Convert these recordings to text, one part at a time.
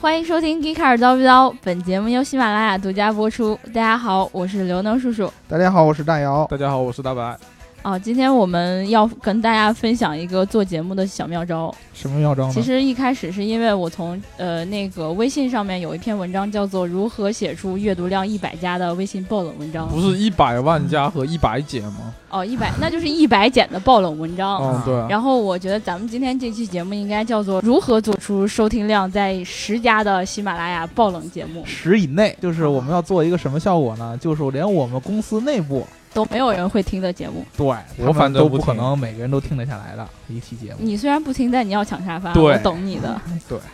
欢迎收听《g e e k a r 叨逼叨》，本节目由喜马拉雅独家播出。大家好，我是刘能叔叔。大家好，我是大姚。大家好，我是大白。哦，今天我们要跟大家分享一个做节目的小妙招。什么妙招呢？其实一开始是因为我从呃那个微信上面有一篇文章叫做《如何写出阅读量一百加的微信爆冷文章》，不是一百万加和一百减吗？哦，一百那就是一百减的爆冷文章。嗯，对啊。然后我觉得咱们今天这期节目应该叫做“如何做出收听量在十家的喜马拉雅爆冷节目十以内，就是我们要做一个什么效果呢？就是连我们公司内部，”，都没有人会听的节目。对我我反们正都不不听可能每个人都听得下来的一期节目。你虽然不听，但你要抢沙发，对我懂你 的。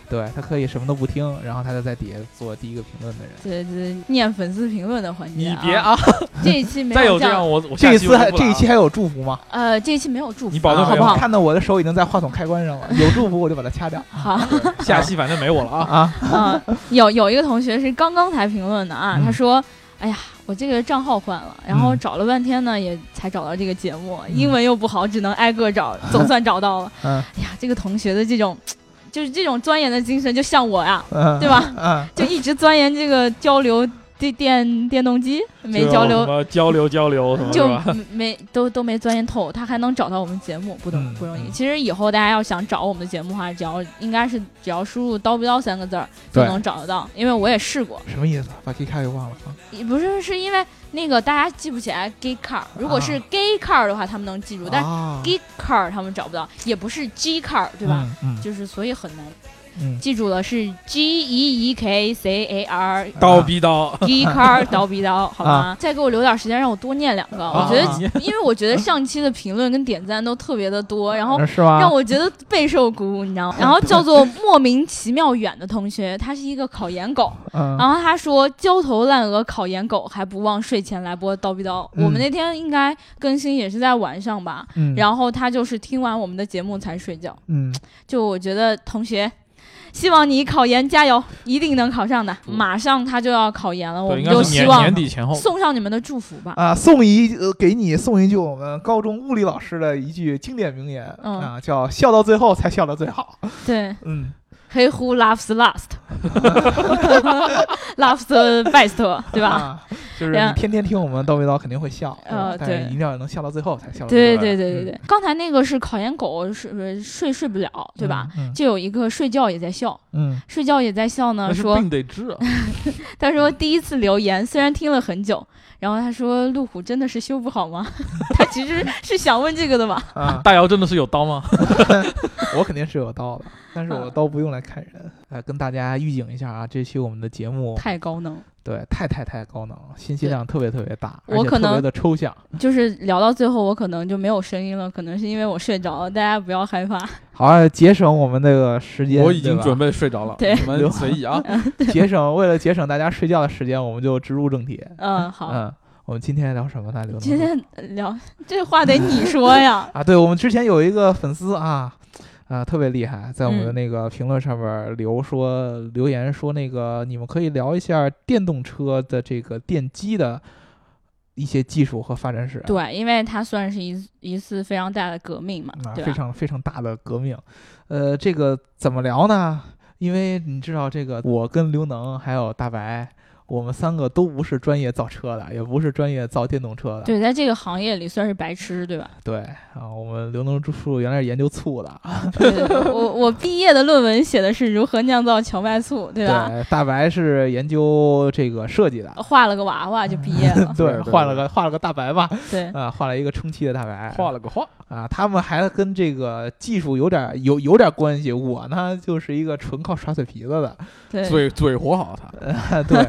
对他可以什么都不听，然后他就在底下做第一个评论的人。这这念粉丝评论的环节、你啊，别！啊！这一期没再有有这样，样，我我这一下期次我还就不来这一期 了还有祝福吗？啊呃，这一期没有祝福，你保证好没不有好？看到我的手已经在话筒开关上了，有祝福我就把它掐掉好，下期反正没我了啊。啊！嗯，有有一个同学是刚刚才评论的啊，嗯他说。哎呀，我这个账号换了，然后嗯找了半天呢，也才找到这个节目，嗯英文又不好，只能挨个 找，总算找到了。 嗯哎呀，这个同学的这种，就是这种钻研的精神，就像我呀，嗯，对吧嗯，就一直钻研这个交流电电电动机， 没啊交流什么交流交流什么就是吧？没都都没钻研透，他还能找到我们节目，不容嗯不容易。嗯其实以后大家要想找我们的节目的话，只要应该是只要输入“叨不叨”三个字儿就对能找得到，因为我也试过，什么意思？把 K 卡给忘了啊？也不是是因为那个大家记不起来 “gay car”，如果是啊 “gay car” 的话，他们能记住，但是啊 “gay car” 他们找不到，也不是 “g car”，对吧？？嗯嗯就是所以很难嗯，记住了，是 G E E K C A R 刀逼刀，第一 刊叨逼叨，好吗？再给我留点时间，让我多念两个。我啊觉得，因为我觉得上期的评论跟点赞都特别的多，然 后嗯是啊吗？让我觉得备受鼓舞，你知道吗？然后叫做莫名其妙远的同学，他是一个考研狗，嗯然后他说焦头烂额考研狗还不忘睡前来播叨逼叨。嗯我们那天应该更新也是在晚上吧，嗯，后然后他就是听完我们的节目才睡觉。嗯，就我觉得同学，希望你考研加油，一定能考上的。嗯马上他就要考研了，我对，们应该就是希年望年底前后。送上你们的祝福吧。啊，送一呃，给你送一句我们高中物理老师的一句经典名言、嗯啊，叫“笑到最后才笑到 最好对”。嗯， ，He who loves last loves the best，对吧？啊？就是然你天天听我们叨逼叨肯定会笑，是吧呃但是对一定要能笑到最后才笑到对最对后。嗯对对对，刚才那个是考研狗睡睡睡不了，对吧？嗯？就有一个睡觉也在笑，嗯睡觉也在笑呢，那是说病得治啊！他说第一次留言，虽然听了很久，然后他说路虎真的是修不好吗？ 他其实是想问这个的吧？嗯啊，大姚真的是有刀 吗？我肯定是有刀的，但是我嗯刀不用来砍人。呃，跟大家预警一下啊，这期我们的节目太高能。对太太太高能了，信息对量特别特别大，我而且可特能别的抽象。就是聊到最后，我可能就没有声音了，可能是因为我睡着了，大家不要害怕。好啊，节省我们那个时间，我已经对吧准备睡着了，对你们随 意啊。，节省，为了节省大家睡觉的时间，我们就直入正题。嗯，好，嗯，我们今天聊什么呢？刘能。今天聊这话得你说呀啊，对我们之前有一个粉丝啊，啊、特别厉害，在我嗯们的那个评论上面留说、留言说那个你们可以聊一下电动车的这个电机的一些技术和发展史。对，因为它算是一一次非常大的革命嘛，啊，对非吧？常非常大的革命。呃，这个怎么聊呢？因为你知道，这个我跟刘能还有大白，我们三个都不是专业造车的，也不是专业造电动车的。对，在这个行业里算是白痴，对吧？ 对啊，我们刘能叔叔原来是研究醋的，啊对对对我我毕业的论文写的是如何酿造荞麦醋，对啊哦吧？对，大白是研究这个设计的。画了个娃娃就毕业了 对对，对画了个画了个大 白吧，对，啊，画了一个充气的大白，画了个画，啊，他们还跟这个技术有点有有点关系。我呢，就是一个纯靠耍嘴皮子的，对，嘴嘴活好他。呃 对。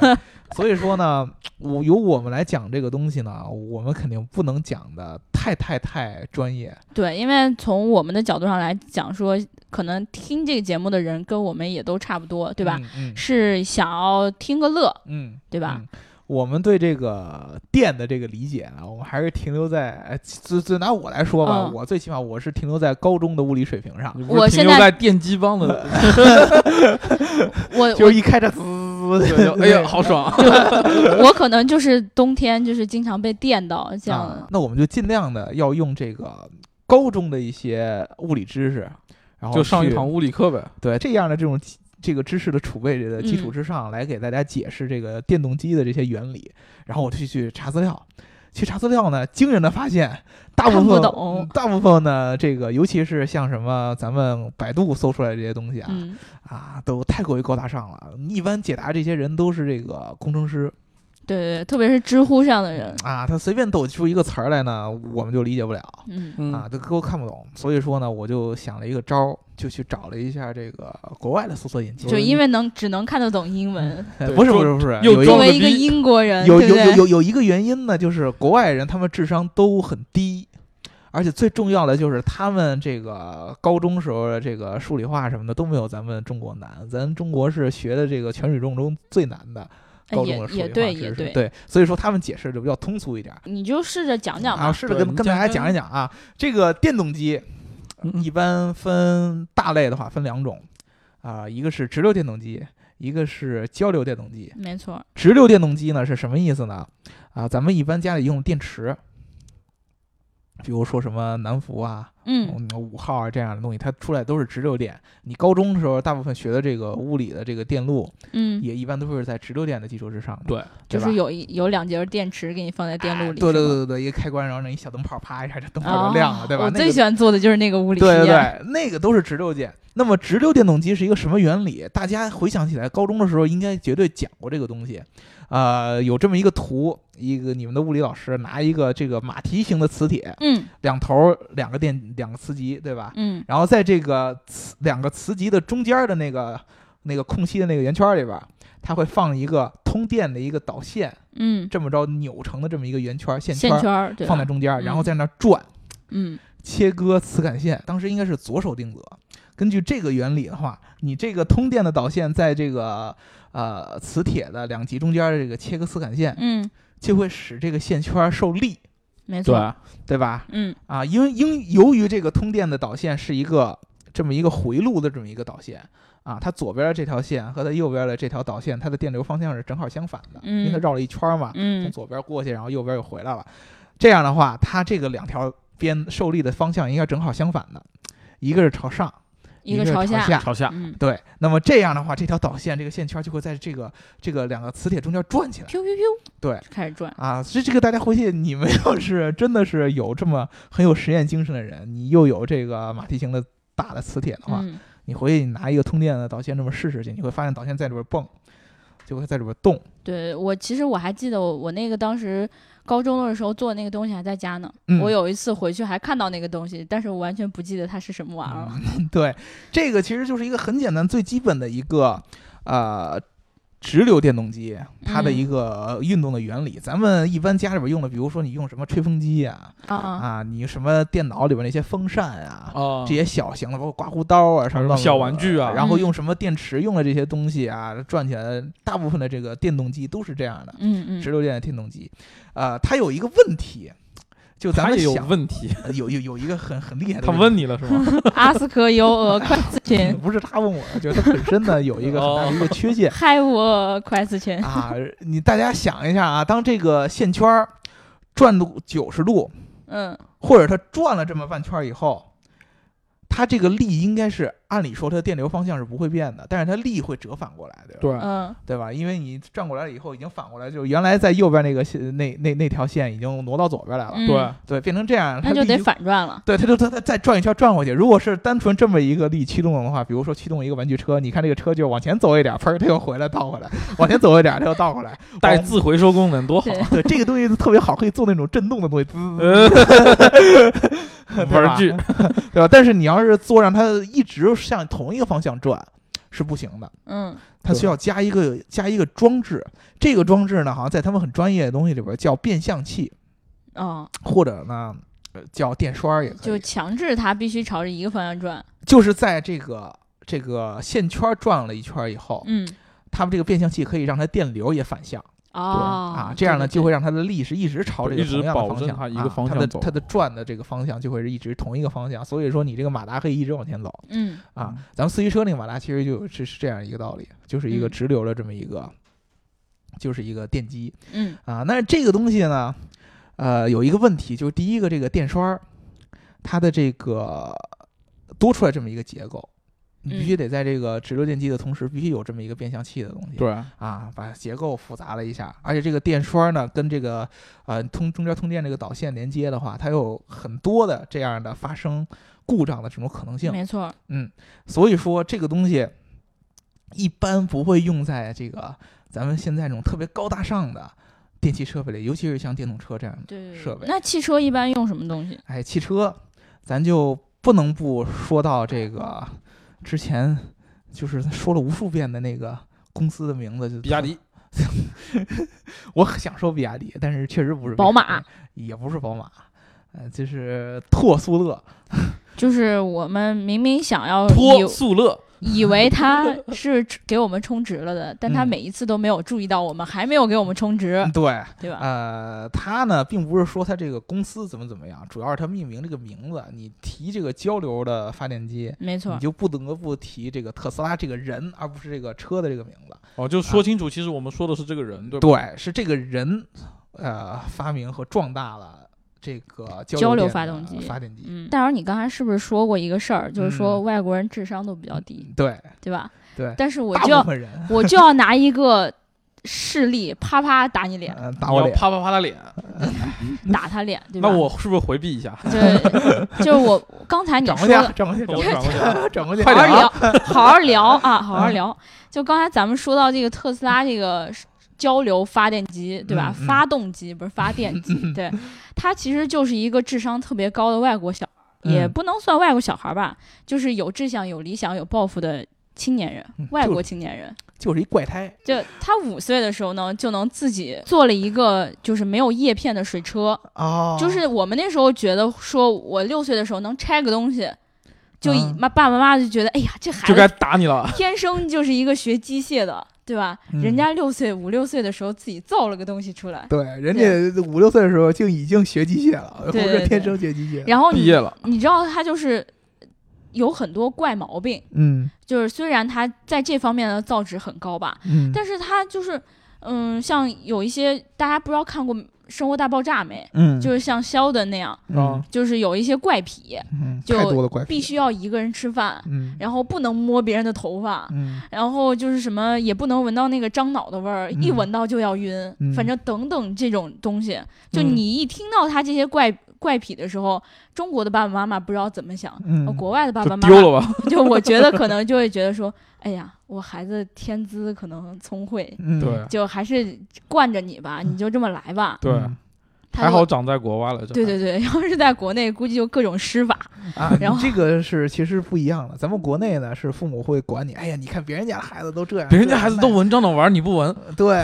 所以说呢，我由我们来讲这个东西呢，我们肯定不能讲的太太太专业，对，因为从我们的角度上来讲说，可能听这个节目的人跟我们也都差不多，对吧？？嗯是想要听个乐，嗯，对吧？嗯我们对这个电的这个理解呢，我们还是停留在，哎就就拿我来说吧，嗯我最起码我是停留在高中的物理水平上，你不是我停现留在在电击帮的， 我嗯就是一开着滋滋滋对就滋，哎呀，好爽！我可能就是冬天就是经常被电到这样啊的。那我们就尽量的要用这个高中的一些物理知识，然后就上一哦去堂物理课呗。对这样的这种基这个知识的储备的基嗯础之上，来给大家解释这个电动机的这些原理。然后我去去查资料，去查资料呢，惊人的发现，大部看不分懂大部分呢，这个尤其是像什么咱们百度搜出来的这些东西啊，嗯，啊，都太过于高大上了。一般解答这些人都是这个工程师对对对，特别是知乎上的人，啊，他随便抖出一个词儿来呢，我们就理解不了。嗯嗯啊，，都都看不懂。所以说呢，我就想了一个招儿，就去找了一下这个国外的搜索引擎。就因为能只能看得懂英文，呃对不是就不是不是，又有作一装为个一个逼英国人，有对不有有对？有有一个原因呢，就是国外人他们智商都很低。而且最重要的就是，他们这个高中时候的这个数理化什么的都没有咱们中国难，咱中国是学的这个全宇宙中最难的哎高中的数理也也化对知也识对，对，所以说他们解释的比较通俗一点儿你就试着讲讲啊。吧。试着对跟你跟大家讲讲一讲啊，这个电动机嗯一般分大类的话分两种，啊、一个是直流电动机，一个是交流电动机。没错，直流电动机呢是什么意思呢？啊，咱们一般家里用的电池，比如说什么南孚啊、嗯，五号啊这样的东西，它出来都是直流电。你高中的时候大部分学的这个物理的这个电路，嗯，也一般都是在直流电的基础之上的，对，就对吧是有一有两节电池给你放在电路里，对对是吧，对对对，一开关，然后那一小灯泡，啪一下，这灯哦泡就亮了，啊对吧？我那最个喜欢做的就是那个物理实对对验，对，那个都是直流电。那么直流电动机是一个什么原理？大家回想起来，高中的时候应该绝对讲过这个东西。呃，有这么一个图，一个你们的物理老师拿一个这个马蹄形的磁铁，嗯两头儿两个电两个磁极，对吧？嗯然后在这个磁两个磁极的中间儿的那个那个空隙的那个圆圈儿里边儿，它会放一个通电的一个导线，嗯，这么着扭成的这么一个圆圈儿线线圈儿圈儿对吧放在中间儿，然后嗯在那儿转。嗯切割磁感线，当时应该是左手定则。根据这个原理的话，你这个通电的导线在这个呃磁铁的两极中间的这个切割磁感线，嗯，就会使这个线圈受力，没错，对对，啊吧？嗯啊，因为因由于这个通电的导线是一个这么一个回路的这么一个导线啊，它左边的这条线和它右边的这条导线，它的电流方向是正好相反的，因为它嗯绕了一圈儿嘛，从嗯左边过去，然后右边又回来了。这样的话，它这个两条边受力的方向应该正好相反的，一个是朝上，一个是朝朝下朝下，嗯，对，那么这样的话，这条导线这个线圈就会在这个这个两个磁铁中间转起来。飘飘飘，对，开始转，啊，所以这个大家回去，你们 要是真的是有这么很有实验精神的人，你又有这个马蹄形的大的磁铁的话，嗯你回去你拿一个通电的导线这么试试去，你会发现导线在里边蹦，就会在里边动。对我其实我还记得我我那个当时高中的时候做那个东西还在家呢，嗯我有一次回去还看到那个东西，但是我完全不记得它是什么玩意儿了。 对，这个其实就是一个很简单、最基本的一个呃直流电动机它的一嗯个运动的原理。咱们一般家里边用的，比如说你用什么吹风机呀、啊啊，啊，你什么电脑里边那些风扇啊。啊这，些小型的，包括刮胡刀啊什么什么乱七八小糟玩的具啊然后嗯用什么电池用的这些东西啊，转起来的，大部分的这个电动机都是这样的，嗯嗯，直流电的电动机。呃，它有一个问题，就咱他们也有想问 题，有有有一个很很厉害的他题问你了是吗？ 阿斯科尤俄 question，不是他问我的，就是他本身呢有一个很大的一哦个 缺陷嗨我 question，啊。你大家想一下啊，当这个线圈儿转度九十度，嗯，或者它转了这么半圈儿以后，它这个力应该是按理说它的电流方向是不会变的，但是它力会折返过来，对吧？对嗯，对吧？因为你转过来了以后，已经反过来，就是原来在右边那个线那那那条线已经挪到左边来了，嗯对，对，变成这样，它那就力得反转了。对，它就它它再转一圈转回去。如果是单纯这么一个力驱动的话，比如说驱动一个玩具车，你看这个车就往前走一点，砰，它又回来倒回 来；往前走一点，它又倒回来。带往自回收功能多好 对，对这个东西特别好，可以做那种震动的东西，滋，呃，对吧玩具，对吧？但是你要是做让它一直向同一个方向转，是不行的。嗯它需要加一嗯个加一个装置，这个装置呢，好像在他们很专业的东西里边叫变向器，哦，或者呢呃叫电刷儿也可以，就强制它必须朝着一个方向转。就是在这个这个线圈转了一圈以后，嗯，他们这个变向器可以让它电流也反向、哦，啊，这样呢对对就会让它的力是一直朝这个对一直同样的保方证向，它一个方啊、向它的走它的转的这个方向就会是一直同一个方向，所以说你这个马达可以一直往前走对嗯啊嗯。咱们四驱车那个马达其实就是是这样一个道理，就是一嗯个直流的这么一个，就是一个电机嗯啊。但是这个东西呢，呃，有一个问题，就是第一个这个电刷儿，它的这个多出来这么一个结构。你必须嗯得在这个直流电机的同时，必须有这么一个变相器的东西。 对，啊，把结构复杂了一下，而且这个电栓呢，跟这个呃通中间通电这个导线连接的话，它有很多的这样的发生故障的这种可能性。没错，嗯，所以说这个东西一般不会用在这个咱们现在这种特别高大上的电器设备里，尤其是像电动车这样的。对对对设备那汽车一般用什么东西？哎，汽车，咱就不能不说到这个之前就是说了无数遍的那个公司的名字，就比亚迪。我很想说比亚迪，但是确实不是比宝亚马迪，也不是宝马，呃，就是拓速乐，就是我们明明想要托以速乐，以 为它是给我们充值了的，但它嗯每一次都没有注意到我们，还没有给我们充值，对，对吧？呃，它呢并不是说它这个公司怎么怎么样，主要是它命名这个名字，你提这个交流的发电机。没你错，就不得不提这个特斯拉这个人，而不是这个车的这个名字。哦，就说清楚，其实我们说的是这个人，对吧？对，是这个人，呃，发明和壮大了这个交交流电发的动机发电机。嗯，大姚，你刚才是不是说过一个事儿，就是说嗯外国人智商都比较低，对对吧？对，嗯但是我大就要部分人，我就要拿一个事例啪啪打你脸，嗯，打你我要脸，啪啪啪他脸，嗯打他脸，对吧？那我是不是回避一下？就就我刚才你转说过去啊，的，转过去，转 我过去转过 转去啊，过去，好快好点啊聊，好好聊啊，好好聊。就刚才咱们说到这个特斯拉这个交流发电机，对吧？嗯嗯发动机不是发电机，对，它其实就是一个智商特别高的外国小，也嗯不能算外国小孩吧，就是有志向、有理想、有抱负的青年人，嗯外就国青年人。就是一怪胎。就他五岁的时候呢，就能自己做了一个就是没有叶片的水车，哦，就是我们那时候觉得说，我六岁的时候能拆个东西，就以嗯妈爸爸妈妈就觉得，哎呀，这孩就该子打你 了。天生就是一个学机械的，对吧？嗯人家六岁五六岁的时候自己造了个东西出来，对，人家五六岁的时候就已经学机械了，对或者对天生学机械。然后毕你业了，你知道他就是有很多怪毛病，嗯就是虽然他在这方面的造诣很高吧，嗯，但是他就是嗯，像有一些大家不知道看过《生活大爆炸》没？嗯就是像肖的那样，哦啊，就是有一些怪癖，嗯，就太多的怪癖必须要一个人吃饭，嗯然后不能摸别人的头发，嗯然后就是什么也不能闻到那个樟脑的味儿，嗯一闻到就要晕，嗯反正等等这种东西，就嗯你一听到他这些怪怪癖的时候，中国的爸爸妈妈不知道怎么想。呃嗯，国外的爸爸就妈丢妈， 了吧？就我觉得可能就会觉得说，哎呀，我孩子天资可能聪慧，嗯对就还是惯着你吧，你就这么来吧。对，嗯他还就好长在国外了。这对孩对对， 要是在国内，估计就各种施法。啊，然后你这个是其实不一样的。咱们国内呢是父母会管你，哎呀，你看别人家的孩子都这样，子，别人家孩子都这样闻樟脑丸，你不闻？那对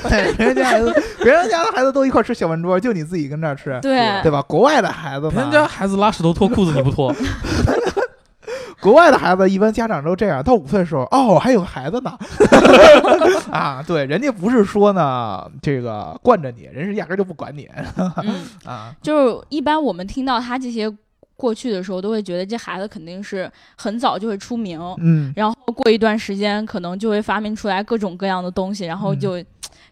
对，别人家孩子，别人家的孩子都一块吃小饭桌，就你自己跟这儿吃，对对吧？国外的孩子别呢，人家孩子拉屎都脱裤子，你 不脱？啊国外的孩子一般家长都这样，到五岁的时候，哦，还有个孩 子呢，啊，对，人家不是说呢这个惯着你，人是压根儿就不管你嗯，啊，就是一般我们听到他这些过去的时候，都会觉得这孩子肯定是很早就会出名，嗯然后过一段时间可能就会发明出来各种各样的东西，然后就、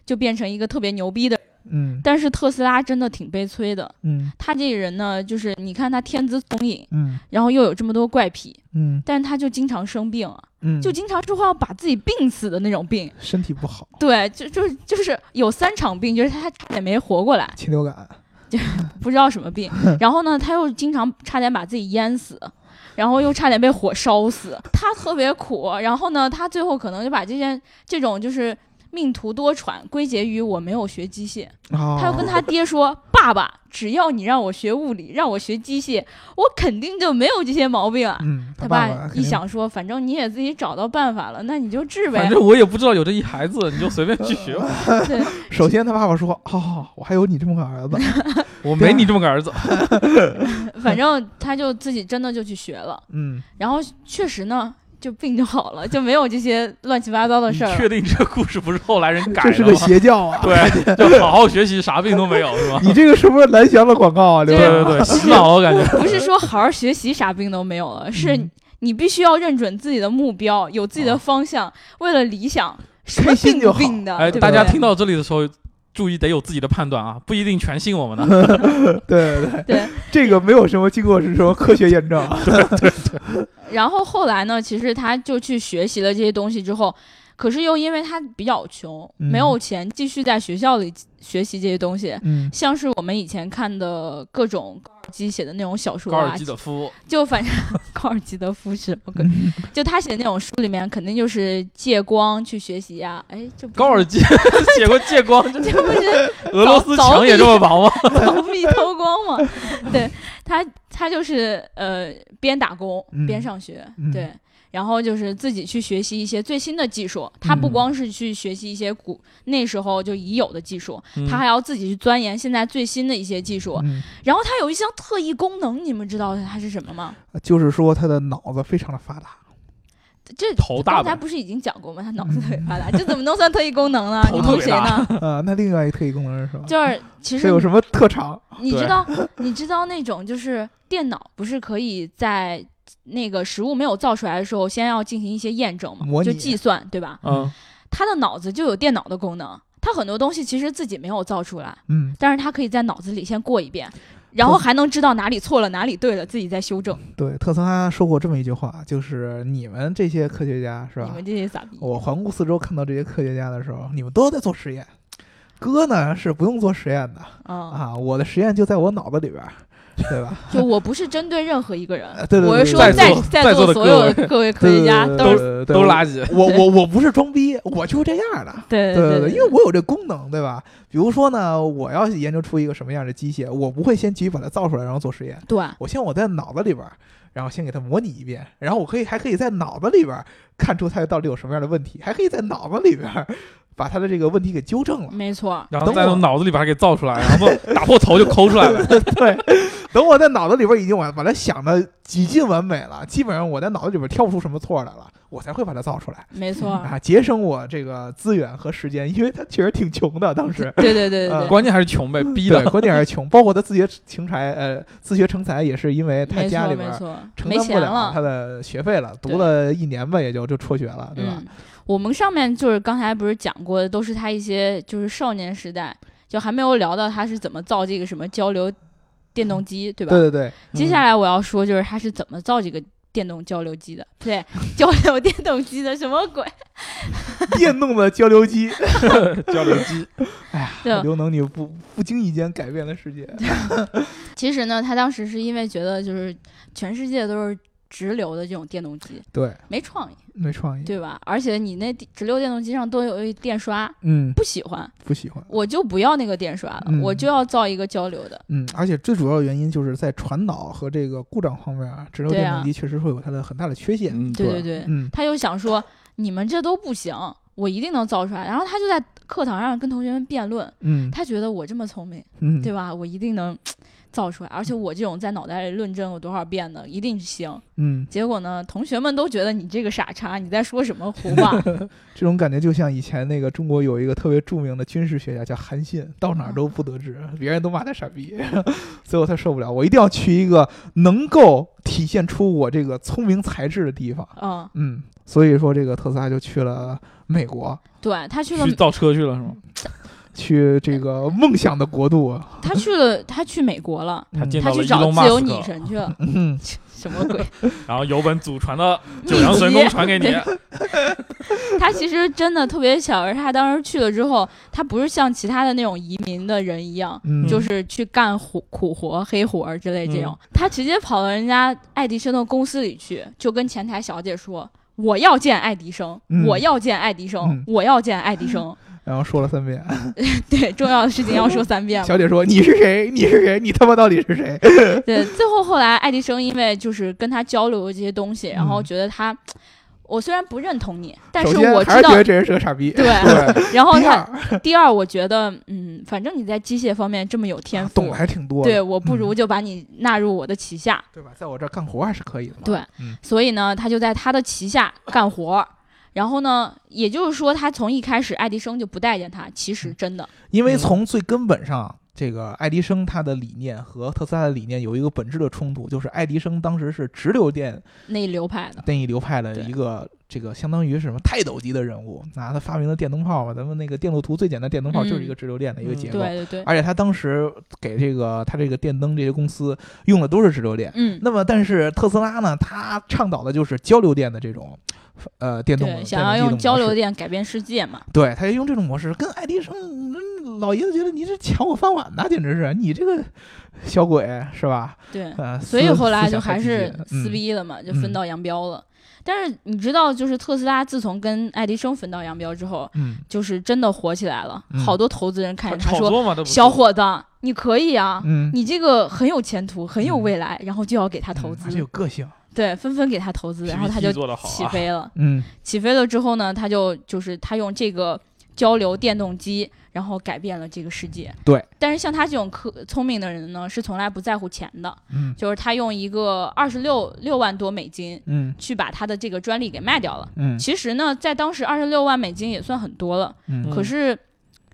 就变成一个特别牛逼的。嗯但是特斯拉真的挺悲催的，嗯他这个人呢，就是你看他天资聪颖，嗯然后又有这么多怪癖，嗯但是他就经常生病啊，嗯，就经常就会要把自己病死的那种病。身体不好，对，就就就是有三场病，就是他差点没活过来。禽流感，不知道什么 病，然后呢，他又经常差点把自己淹死，然后又差点被火烧死，他特别苦。然后呢，他最后可能就把这件这种就是命途多舛归结于我没有学机械。哦他又跟他爹说：“爸爸，只要你让我学物理，让我学机械，我肯定就没有这些毛病啊。”嗯，他爸爸肯一定，想说：“反正你也自己找到办法了，那你就治呗反。正我也不知道有这一孩子，你就随便去学 吧。对”首先他爸爸说，哦，我还有你这么个儿 子，我没你这么个儿子。反正他就自己真的就去学了。嗯，然后确实呢，就病就好了， 就没有这些乱七八糟的你事儿确了。定这故事不是后来人改这是的个吗？邪教啊，对，就好好学习，啥病都没有，是吧？你这个是不是蓝翔的广告啊，刘 对对对洋？对，洗脑我感觉。不是说好好学习啥病都没有了，是嗯你必须要认准自己的目标，有自己的哦啊方向，为了理想，什么开心病就不好病的，哎，对不大家对听到这里的时候，注意得有自己的判断啊，不一定全信我 们的。对对对，对，这个没有什么经过是什么科学验证啊，然后后来呢，其实他就去学习了这些东西之后，可是又因为他比较穷，嗯没有钱继续在学校里学习这些东西， 嗯，像是我们以前看的各种高尔基写的那种小说高啊尔基，的夫，就反正 高尔基的夫是我跟，嗯就他写的那种书里面，肯定就是借光去学习呀、哎，这不是高尔基 写过借光， 这这不是 俄罗斯凿墙也这么薄吗？逃避偷光嘛。 对他，他就是呃边打工嗯边上学，嗯对，然后就是自己去学习一些最新的技术。他不嗯光是去学习一些古那时候就已有的技术，嗯他还要自己去钻研现在最新的一些技术。嗯然后他有一项特异功能，你们知道它是什么吗？就是说他的脑子非常的发达，这头大刚才吧？不是已经讲过吗？他脑子特别发达，这怎么能算特异功能呢？头你特投别谁大呢？呃，那另外一个特异功能 是什么？ 就是其实这有什么特长？你对知道，你知道那种就是电脑不是可以在那个食物没有造出来的时候，先要进行一些验证嘛模，拟就计算，对吧？嗯，它的脑子就有电脑的功能，它很多东西其实自己没有造出来，嗯，但是它可以在脑子里先过一遍，然后还能知道哪里错了，哪里对了，自己再修正。对，特斯拉说过这么一句话，就是你们这些科学家是你吧？哦们这些傻逼！我环顾四周看到这些科学家的时候，你们都在做实验。哥呢是不用做实验的嗯，啊，我的实验就在我脑子里边儿，对吧？就我不是针对任何一个人，对对对我是说在在座在在座的所各有位的各位 科学家对都是对对都垃圾。我我我不是装逼，我就是这样的。 对对对，因为我有这功能，对吧？比如说呢，我要研究出一个什么样的机械，我不会先急于把它造出来，然后做实验。对我先我在脑子里边儿，然后先给它模拟一遍，然后我可以还可以在脑子里边儿看出它到底有什么样的问题，还可以在脑子里边儿把它的这个问题给 纠正了。没错，然后再等我从脑子里把它给造出来，然后打破头就抠出来了。 等我在脑子里边儿已经把把它想的几近完美了，基本上我在脑子里边儿挑不出什么错来了，我才会把它造出来没错，。啊，节省我这个资源和时间，因为他确实挺穷的，当时对对对对呃对。关键还是穷呗，逼对，的。关键是穷，包括他自学成才，呃，自学成才也是因为他没家错里边没儿错，承没担不钱了了他，的学费了，对读了一年吧，也就就辍学了，对吧？嗯，我们上面就是刚才不是讲过的，都是他一些就是少年时代，就还没有聊到他是怎么造这个什么交流电动机，对吧？对对对，接下来我要说就是他是怎么造这个电动交流机的，对，交流电动机的什么鬼？嗯电动的交 流机， 交流机，哎对呀，刘能，你不不经意间改变了世界。其实呢，他当时是因为觉得就是全世界都是直流的这种电动机，对，没创意，没创意。对吧？而且你那直流电动机上都有一电刷，嗯，不喜欢，不喜欢。我就不要那个电刷了，嗯我就要造一个交流的。嗯，而且最主要的原因就是在传导和这个故障方面啊，直流对啊电动机确实会有它的很大的缺陷。嗯，对对对，嗯，他又想说你们这都不行，我一定能造出来。然后他就在课堂上跟同学们辩论，嗯他觉得我这么聪明，嗯，对吧？我一定能造出来，而且我这种在脑袋里论证过多少遍的，一定行。嗯，结果呢，同学们都觉得你这个傻叉，你在说什么胡话？这种感觉就像以前那个中国有一个特别著名的军事学家叫韩信，到哪儿都不得志，别人都骂他傻逼， 最后他受不了，我一定要去一个能够体现出我这个聪明才智的地方。嗯，嗯，所以说这个特斯拉就去了美国，对他去了去，造车去了是吗？去这个梦想的国度啊。他去了，他去美国了。他嗯 见他到了去伊找隆自马由斯女克，神去 了， 嗯，什么鬼？然后有本祖传的 九阳神功传给你秘籍，他其实真的特别巧，而他当时去了之后，他不是像其他的那种移民的人一样，嗯就是去干苦苦活、黑活儿之类这种。嗯他直接跑到人家爱迪生的公司里去，就跟前台小姐说：“我要见爱迪生，嗯我要见爱迪生，嗯我要见爱迪 生。然后说了三遍，对，重要的事情要说三遍嘛。小姐说你是谁？你是谁？你他妈到底是谁？ 对，最后后来爱迪生因为就是跟他交流的这些东西，然后嗯觉得他，我虽然不认同你，但首是先我还知是道觉得这人是个傻逼。对。 啊对，然后第他二第二，我觉得，嗯，反正你在机械方面这么有天赋，啊懂得还嗯挺多的，对，我不如就把你纳入我的旗下。对吧？在我这儿干活还是可以的嘛。对，啊嗯所以呢，他就在他的旗下干活儿。然后呢，嗯也就是说，他从一开始爱迪生就不待见他，其实真的，因为嗯从最根本上，这个爱迪生他的理念和特斯拉的理念有一个本质的冲突，就是爱迪生当时是直流电那一流派的，那一流派的对一个这个相当于是什么泰斗级的人物，那他发明了电灯泡嘛，咱们那个电路图最简单，电灯泡就是一个直流电的一个嗯结构，对对对，而且他当时给这个他这个电灯这些公司用的都是直流电。嗯，那么，但是特斯拉呢，它倡导的就是交流电的这种，呃，电动对，想要用交流，电改变世界嘛，电动模式对，它就用这种模式，跟爱迪生嗯老爷子觉得你这抢我饭碗呐，简直是你这个小鬼是吧？对，呃，所以思后来就思想还太是激进撕嗯逼了嘛，就分道扬镳了。但是你知道，就是特斯拉自从跟爱迪生分道扬镳之后，嗯，就是真的火起来了，嗯好多投资人看着他炒说作嘛，这：“不是小伙子，你可以啊。嗯， 你这个很有前途，很有嗯未来，然后就要给他投嗯资而，且有个性，对，纷纷给他投资，然后他 PPT 就做得好啊起飞了。嗯起飞了之后呢，他就就是他用这个交流电动机，然后改变了这个世界。对，但是像他这种科聪明的人呢，是从来不在乎钱的，嗯就是他用一个二十六六万多美金嗯去把他的这个专利给卖掉了。嗯其实呢，在当时二十六万美金也算很多了，嗯，可是。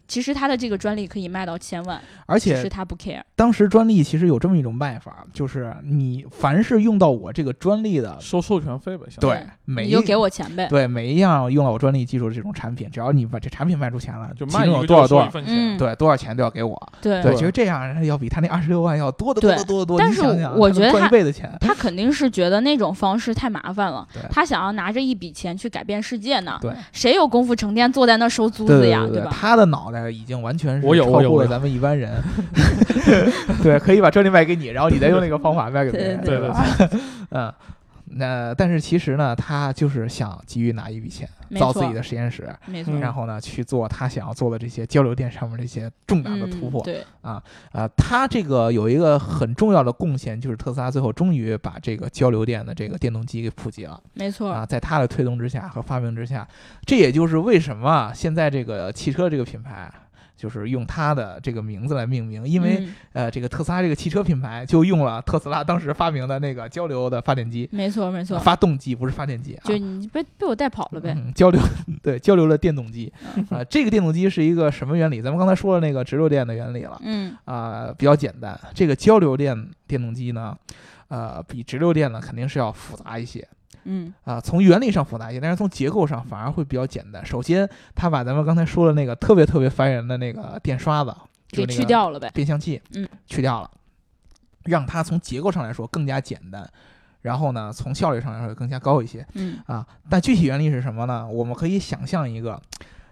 其实他的这个专利可以卖到千万，而只且是他不 care。当时专利其实有这么一种卖法，就是你凡是用到我这个专利的，收授权费吧，相当于对，每你一就给我钱呗。对每一样用到我专利技术的这种产品，只要你把这产品卖出钱了，就其卖中一有个多少就多收一少，份嗯钱，对多少钱都要给我。对啊对，对其实这样要比他那二十六万要多得嗯多对得多得多。但你是想想我他觉得能赚一他辈子钱，他肯定是觉得那种方式太麻烦了对，他想要拿着一笔钱去改变世界呢。对谁有功夫成天坐在那儿收租对子对呀，对对，吧？他的脑袋已经完全是我有超我有过我了有咱们一般人。 对，可以把专利卖给你，然后你再用那个方法卖给别人，对对吧？嗯。那但是其实呢，他就是想急于拿一笔钱没造错，自己的实验室，没错，嗯然后呢去做他想要做的这些交流电上面这些重大的突破嗯、。对，啊，它这个有一个很重要的贡献，就是特斯拉最后终于把这个交流电的这个电动机给普及了没错，啊，在它的推动之下和发明之下，这也就是为什么现在这个汽车这个品牌。就是用它的这个名字来命名，因为、嗯呃，这个特斯拉这个汽车品牌就用了特斯拉当时发明的那个交流的发电机，没错，没错，发动机不是发电机啊，就你被被我带跑了呗。嗯嗯、交流对交流的电动机啊、这个电动机是一个什么原理？咱们刚才说了那个直流电的原理了，嗯，啊、比较简单。这个交流电电动机呢，呃，比直流电呢肯定是要复杂一些嗯，啊、从原理上复杂一些，但是从结构上反而会比较简单。首先，它把咱们刚才说的那个特别特别烦人的那个电刷子，就给那去个掉了呗。变相器，嗯，去掉了，让它从结构上来说更加简单。然后呢，从效率上来说更加高一些嗯，啊。但具体原理是什么呢？我们可以想象一个，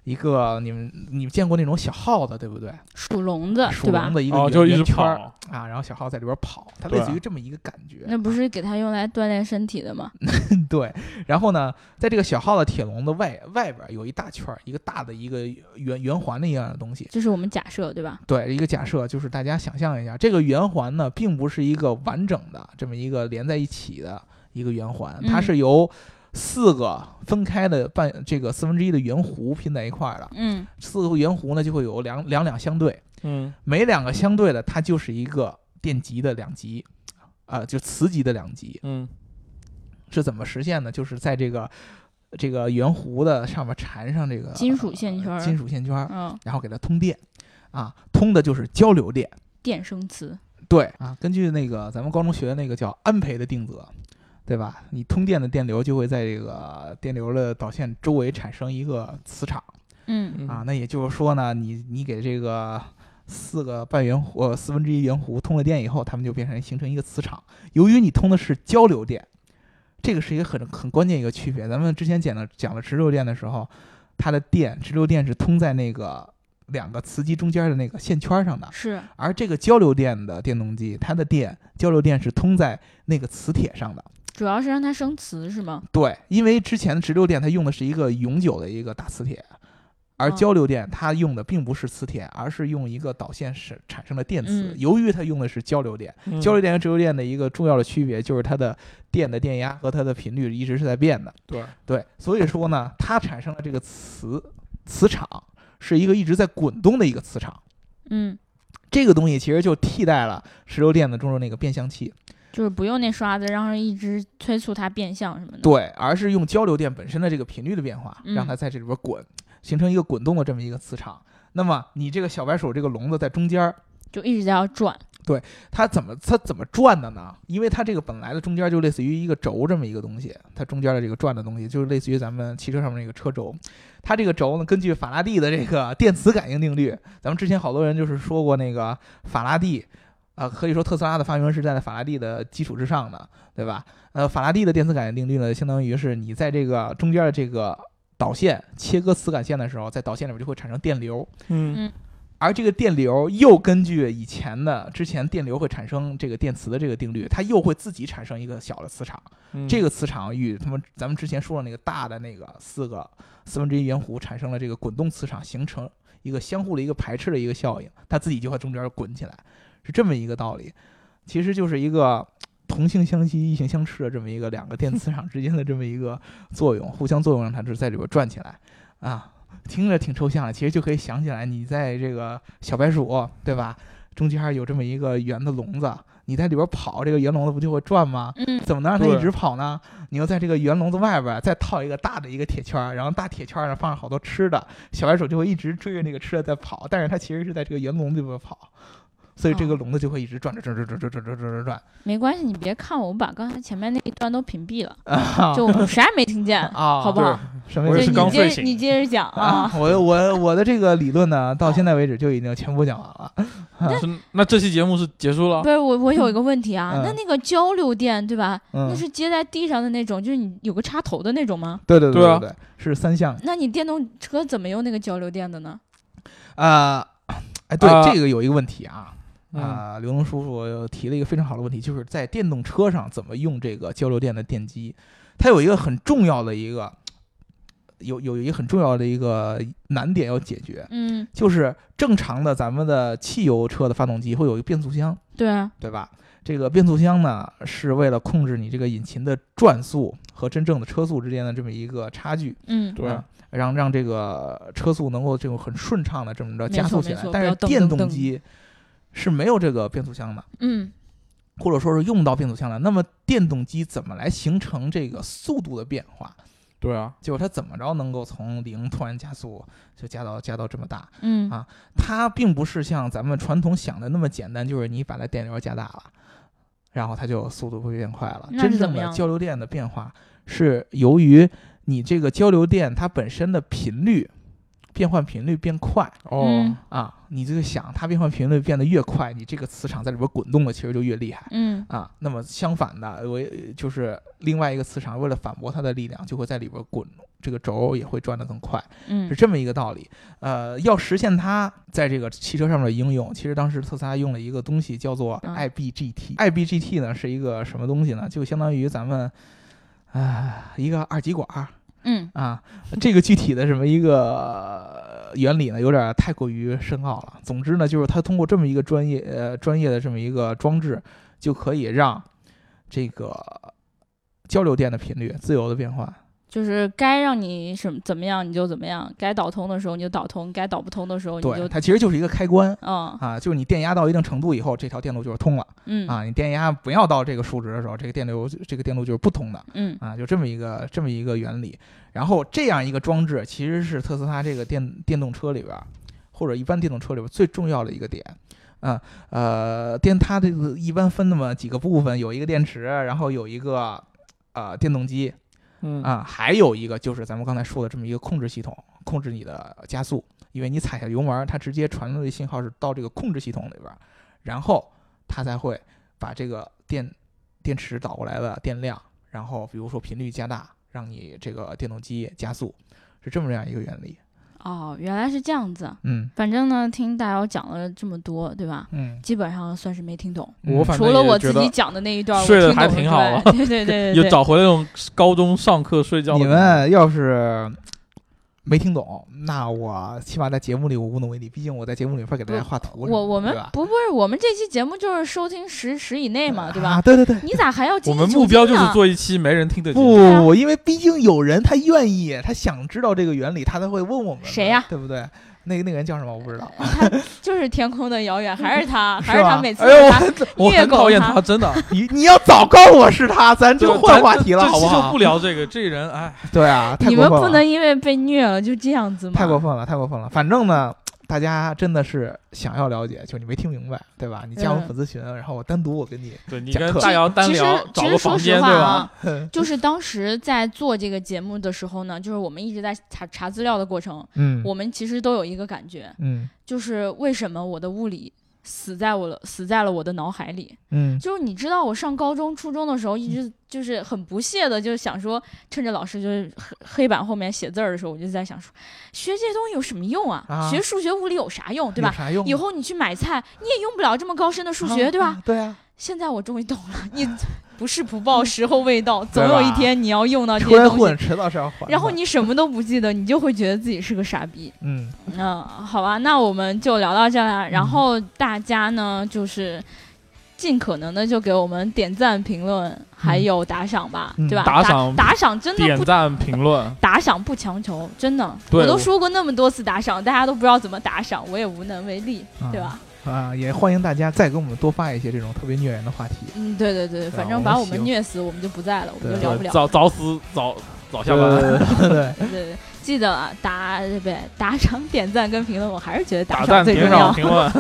一个你们你们见过那种小耗子对不对？属笼子属对吧龙？的一个哦，圆就一圆直圈跑啊儿，啊，然后小号在里边跑，它类似于这么一个感觉。那不是给它用来锻炼身体的吗？对，然后呢，在这个小号的铁笼的外外边有一大圈儿，一个大的一个圆圆环的一样的东西。这是我们假设对吧？对，一个假设就是大家想象一下，这个圆环呢，并不是一个完整的这么一个连在一起的一个圆环，它嗯是由四个分开的半这个四分之一的圆弧拼在一块儿的。嗯，四个圆弧呢，就会有两两两相对，嗯，每两个相对的，它就是一个电极的两极，啊、就磁极的两极。嗯是怎么实现的？就是在这个这个圆弧的上面缠上这个金属线圈儿金属线圈儿，嗯，然后给它通电，啊，通的就是交流电。电生磁，对嗯啊，根据那个咱们高中学的那个叫安培的定则，对吧？你通电的电流就会在这个电流的导线周围产生一个磁场嗯，啊。那也就是说呢，你你给这个四个半圆弧、呃、四分之一圆弧通了电以后，它们就变成形成一个磁场。由于你通的是交流电，这个是一个很很关键一个区别。咱们之前讲的讲了直流电的时候，它的电直流电是通在那个两个磁极中间的那个线圈上的，是而这个交流电的电动机，它的电交流电是通在那个磁铁上的。主要是让它生磁是吗？对，因为之前的直流电它用的是一个永久的一个大磁铁，而哦交流电它用的并不是磁铁，而是用一个导线是产生的电磁。嗯由于它用的是交流电，嗯交流电和直流电的一个重要的区别就是它的电的电压和它的频率一直是在变的。对，对，所以说呢，它产生的这个磁磁场是一个一直在滚动的一个磁场。嗯，这个东西其实就替代了直流电的中的那个变相器，就是不用那刷子，然后一直催促它变相什么的。对，而是用交流电本身的这个频率的变化，嗯让它在这里边滚，形成一个滚动的这么一个磁场。那么你这个小白鼠这个笼子在中间儿，就一直在那转。它怎么它怎么转的呢？因为它这个本来的中间就类似于一个轴这么一个东西，它中间的这个转的东西就是类似于咱们汽车上面那个车轴。它这个轴呢，根据法拉第的这个电磁感应定律，咱们之前好多人就是说过那个法拉第。啊、可以说特斯拉的发明是在法拉第的基础之上的，对吧？呃，法拉第的电磁感应定律呢，相当于是你在这个中间的这个导线切割磁感线的时候，在导线里面就会产生电流，嗯而这个电流又根据以前的之前电流会产生这个电磁的这个定律，它又会自己产生一个小的磁场。嗯这个磁场与他们咱们之前说的那个大的那个四个四分之一圆弧产生了这个滚动磁场，形成一个相互的一个排斥的一个效应，它自己就会中间滚起来，是这么一个道理。其实就是一个同性相吸、异性相斥的这么一个两个电磁场之间的这么一个作用，互相作用让它是在里边转起来啊。听着挺抽象的，其实就可以想起来，你在这个小白鼠对吧，中间有这么一个圆的笼子，你在里边跑，这个圆笼子不就会转吗？嗯，怎么能让它对一直跑呢？你要在这个圆笼子外边儿再套一个大的一个铁圈儿，然后大铁圈儿上放上好多吃的，小白鼠就会一直追着那个吃的在跑，但是它其实是在这个圆笼子里边跑，所以这个哦笼子就会一直转着转着转着转着转着转没关系，你别看我，我把刚才前面那一段都屏蔽了，啊就我啥也没听见，啊，好不好？什么我就意思也是你刚接睡着醒你接着讲啊啊，，我我我的这个理论呢，到现在为止就已经全部讲完了。是那这期节目是结束了啊不，是我，我有一个问题啊，嗯那那个交流电对吧？那嗯，是接在地上的那种，就是你有个插头的那种吗？对对对啊对对，是三项那你电动车怎么用那个交流电的呢？啊。哎，对啊，这个有一个问题啊，嗯啊、刘能叔叔提了一个非常好的问题，就是在电动车上怎么用这个交流电的电机，它有一个很重要的一个，有有一个很重要的一个难点要解决，嗯，就是正常的咱们的汽油车的发动机会有一个变速箱，对啊，对吧？这个变速箱呢，是为了控制你这个引擎的转速和真正的车速之间的这么一个差距，嗯，对啊让让这个车速能够这种很顺畅的这么着没加速错起没来错。但不是要噔电噔动噔机是没有这个变速箱的。嗯，或者说是用不到变速箱了。那么电动机怎么来形成这个速度的变化？对啊，就是它怎么着能够从零突然加速，就加到加到这么大？嗯，啊它并不是像咱们传统想的那么简单，就是你把它电流加大了，然后它就速度会变快了。那是怎真正么的样交流电的变化是由于你这个交流电它本身的频率变换频率变快，哦嗯，啊，你这个想它变换频率变得越快，你这个磁场在里边滚动的其实就越厉害。嗯，啊，那么相反的，我也就是另外一个磁场，为了反驳它的力量，就会在里边滚，这个轴也会转得更快，是嗯，这么一个道理。呃，要实现它在这个汽车上面的应用，其实当时特斯拉用了一个东西叫做嗯 IBGT。IBGT 呢是一个什么东西呢？就相当于咱们啊、一个二极管儿嗯，啊，这个具体的什么一个呃原理呢，有点太过于深奥了。总之呢，就是它通过这么一个专业呃专业的这么一个装置，就可以让这个交流电的频率自由的变换。就是该让你什么怎么样你就怎么样，该导通的时候你就导通，该导不通的时候你对，就，它其实就是一个开关嗯啊，就是你电压到一定程度以后，这条电路就是通了嗯啊。你电压不要到这个数值的时候，这个电流这个电路就是不通的。嗯啊，就这么一个这么一个原理。然后这样一个装置其实是特斯拉这个电电动车里边儿，或者一般电动车里边儿最重要的一个点。啊，呃，电它这个一般分那么几个部分，有一个电池，然后有一个呃电动机嗯啊，还有一个就是咱们刚才说的这么一个控制系统，控制你的加速，因为你踩下油门儿，它直接传递的信号是到这个控制系统里边儿，然后它才会把这个电电池导过来的电量，然后比如说频率加大，让你这个电动机加速，是这么样一个原理。哦，原来是这样子。嗯反正呢，听大姚讲了这么多，对吧？嗯，基本上算是没听懂，我反除正了也我觉自得己讲的那一段，我睡得听还懂挺之好外啊对对 对对又对，找回了那种高中上课睡觉的你感觉们要是没听懂，那我起码在节目里我无能为力，毕竟我在节目里边给大家画图什么的。我我们对吧不不是我们这期节目就是收听十十以内 嘛，对吧？啊对对对。你咋还要精我益们求目标精就是呢做一期没人听的节不目。对啊不，因为毕竟有人他愿意，他想知道这个原理，他才会问我们嘛。谁呀对不对？那个那个人叫什么？我不 知道。 他就是天空的遥远，还是他， 还是是吧他每次哎呦他我虐很狗讨厌他他，真的。你你要早告诉我是他，咱 就对换咱话这题了，这好期好就？不聊这个，这人哎，对啊，太你过们分不了能因为被虐了就这样子嘛？太过分了，太过分了。反正呢，大家真的是想要了解，就你没听明白，对吧？你加我嗯粉丝群，然后我单独我跟你， 对你讲跟课大姚单其实聊，其找实个说房实间话对吧？啊，就是当时在做这个节目的时候呢，就是我们一直在查查资料的过程，嗯，我们其实都有一个感觉，嗯就是为什么我的物理死在我了死在了我的脑海里。嗯就是你知道，我上高中、初中的时候，一直就是很不屑的，就是想说，趁着老师就是黑黑板后面写字儿的时候，我就在想说，学这些东西有什么用啊？啊学数学、物理有啥用，对有吧？啥用啊？以后你去买菜，你也用不了这么高深的数学，啊对吧？？对啊，现在我终于懂了， 你不是不报，时候未到，总嗯对吧有一天你要用到这出些来东西混，。迟早是要还的。然后你什么都不记得，你就会觉得自己是个傻逼。嗯，嗯，好吧，那我们就聊到这儿啦。嗯然后大家呢，就是尽可能的就给我们点赞、评论，还有打赏吧，嗯对吧？打打赏打赏真的点不赞评论，打赏不强求，真的，对我都我说过那么多次打赏，大家都不知道怎么打赏，我也无能为力，对吧？啊，也欢迎大家再给我们多发一些这种特别虐人的话题。嗯，对对啊对，反正我们把我喜们欢虐死，我们就不在了，我们对就聊不对了。呃早早死早早下班，呃 对，对对，对记得啊，打对不对？打赏、点赞跟评论，我还是觉得打赏赞最重点要赏。评论，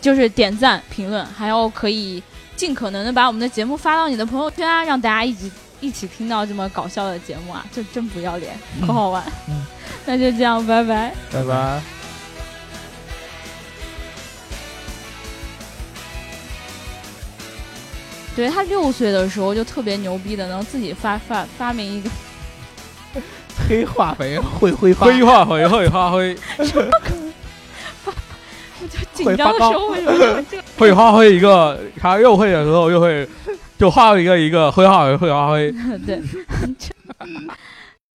就是点赞、评论，还有可以尽可能的把我们的节目发到你的朋友圈啊，让大家一起一起听到这么搞笑的节目啊， 这真不要脸，好好玩。嗯 那就这样，拜拜。拜拜。对他六岁的时候就特别牛逼的，能自己发发发明一个黑化 肥会挥发，挥化挥会发挥，紧张的时候为什么 有这个？会发挥一个，他又会的时候又会，就画一个一个会化挥会发挥。对。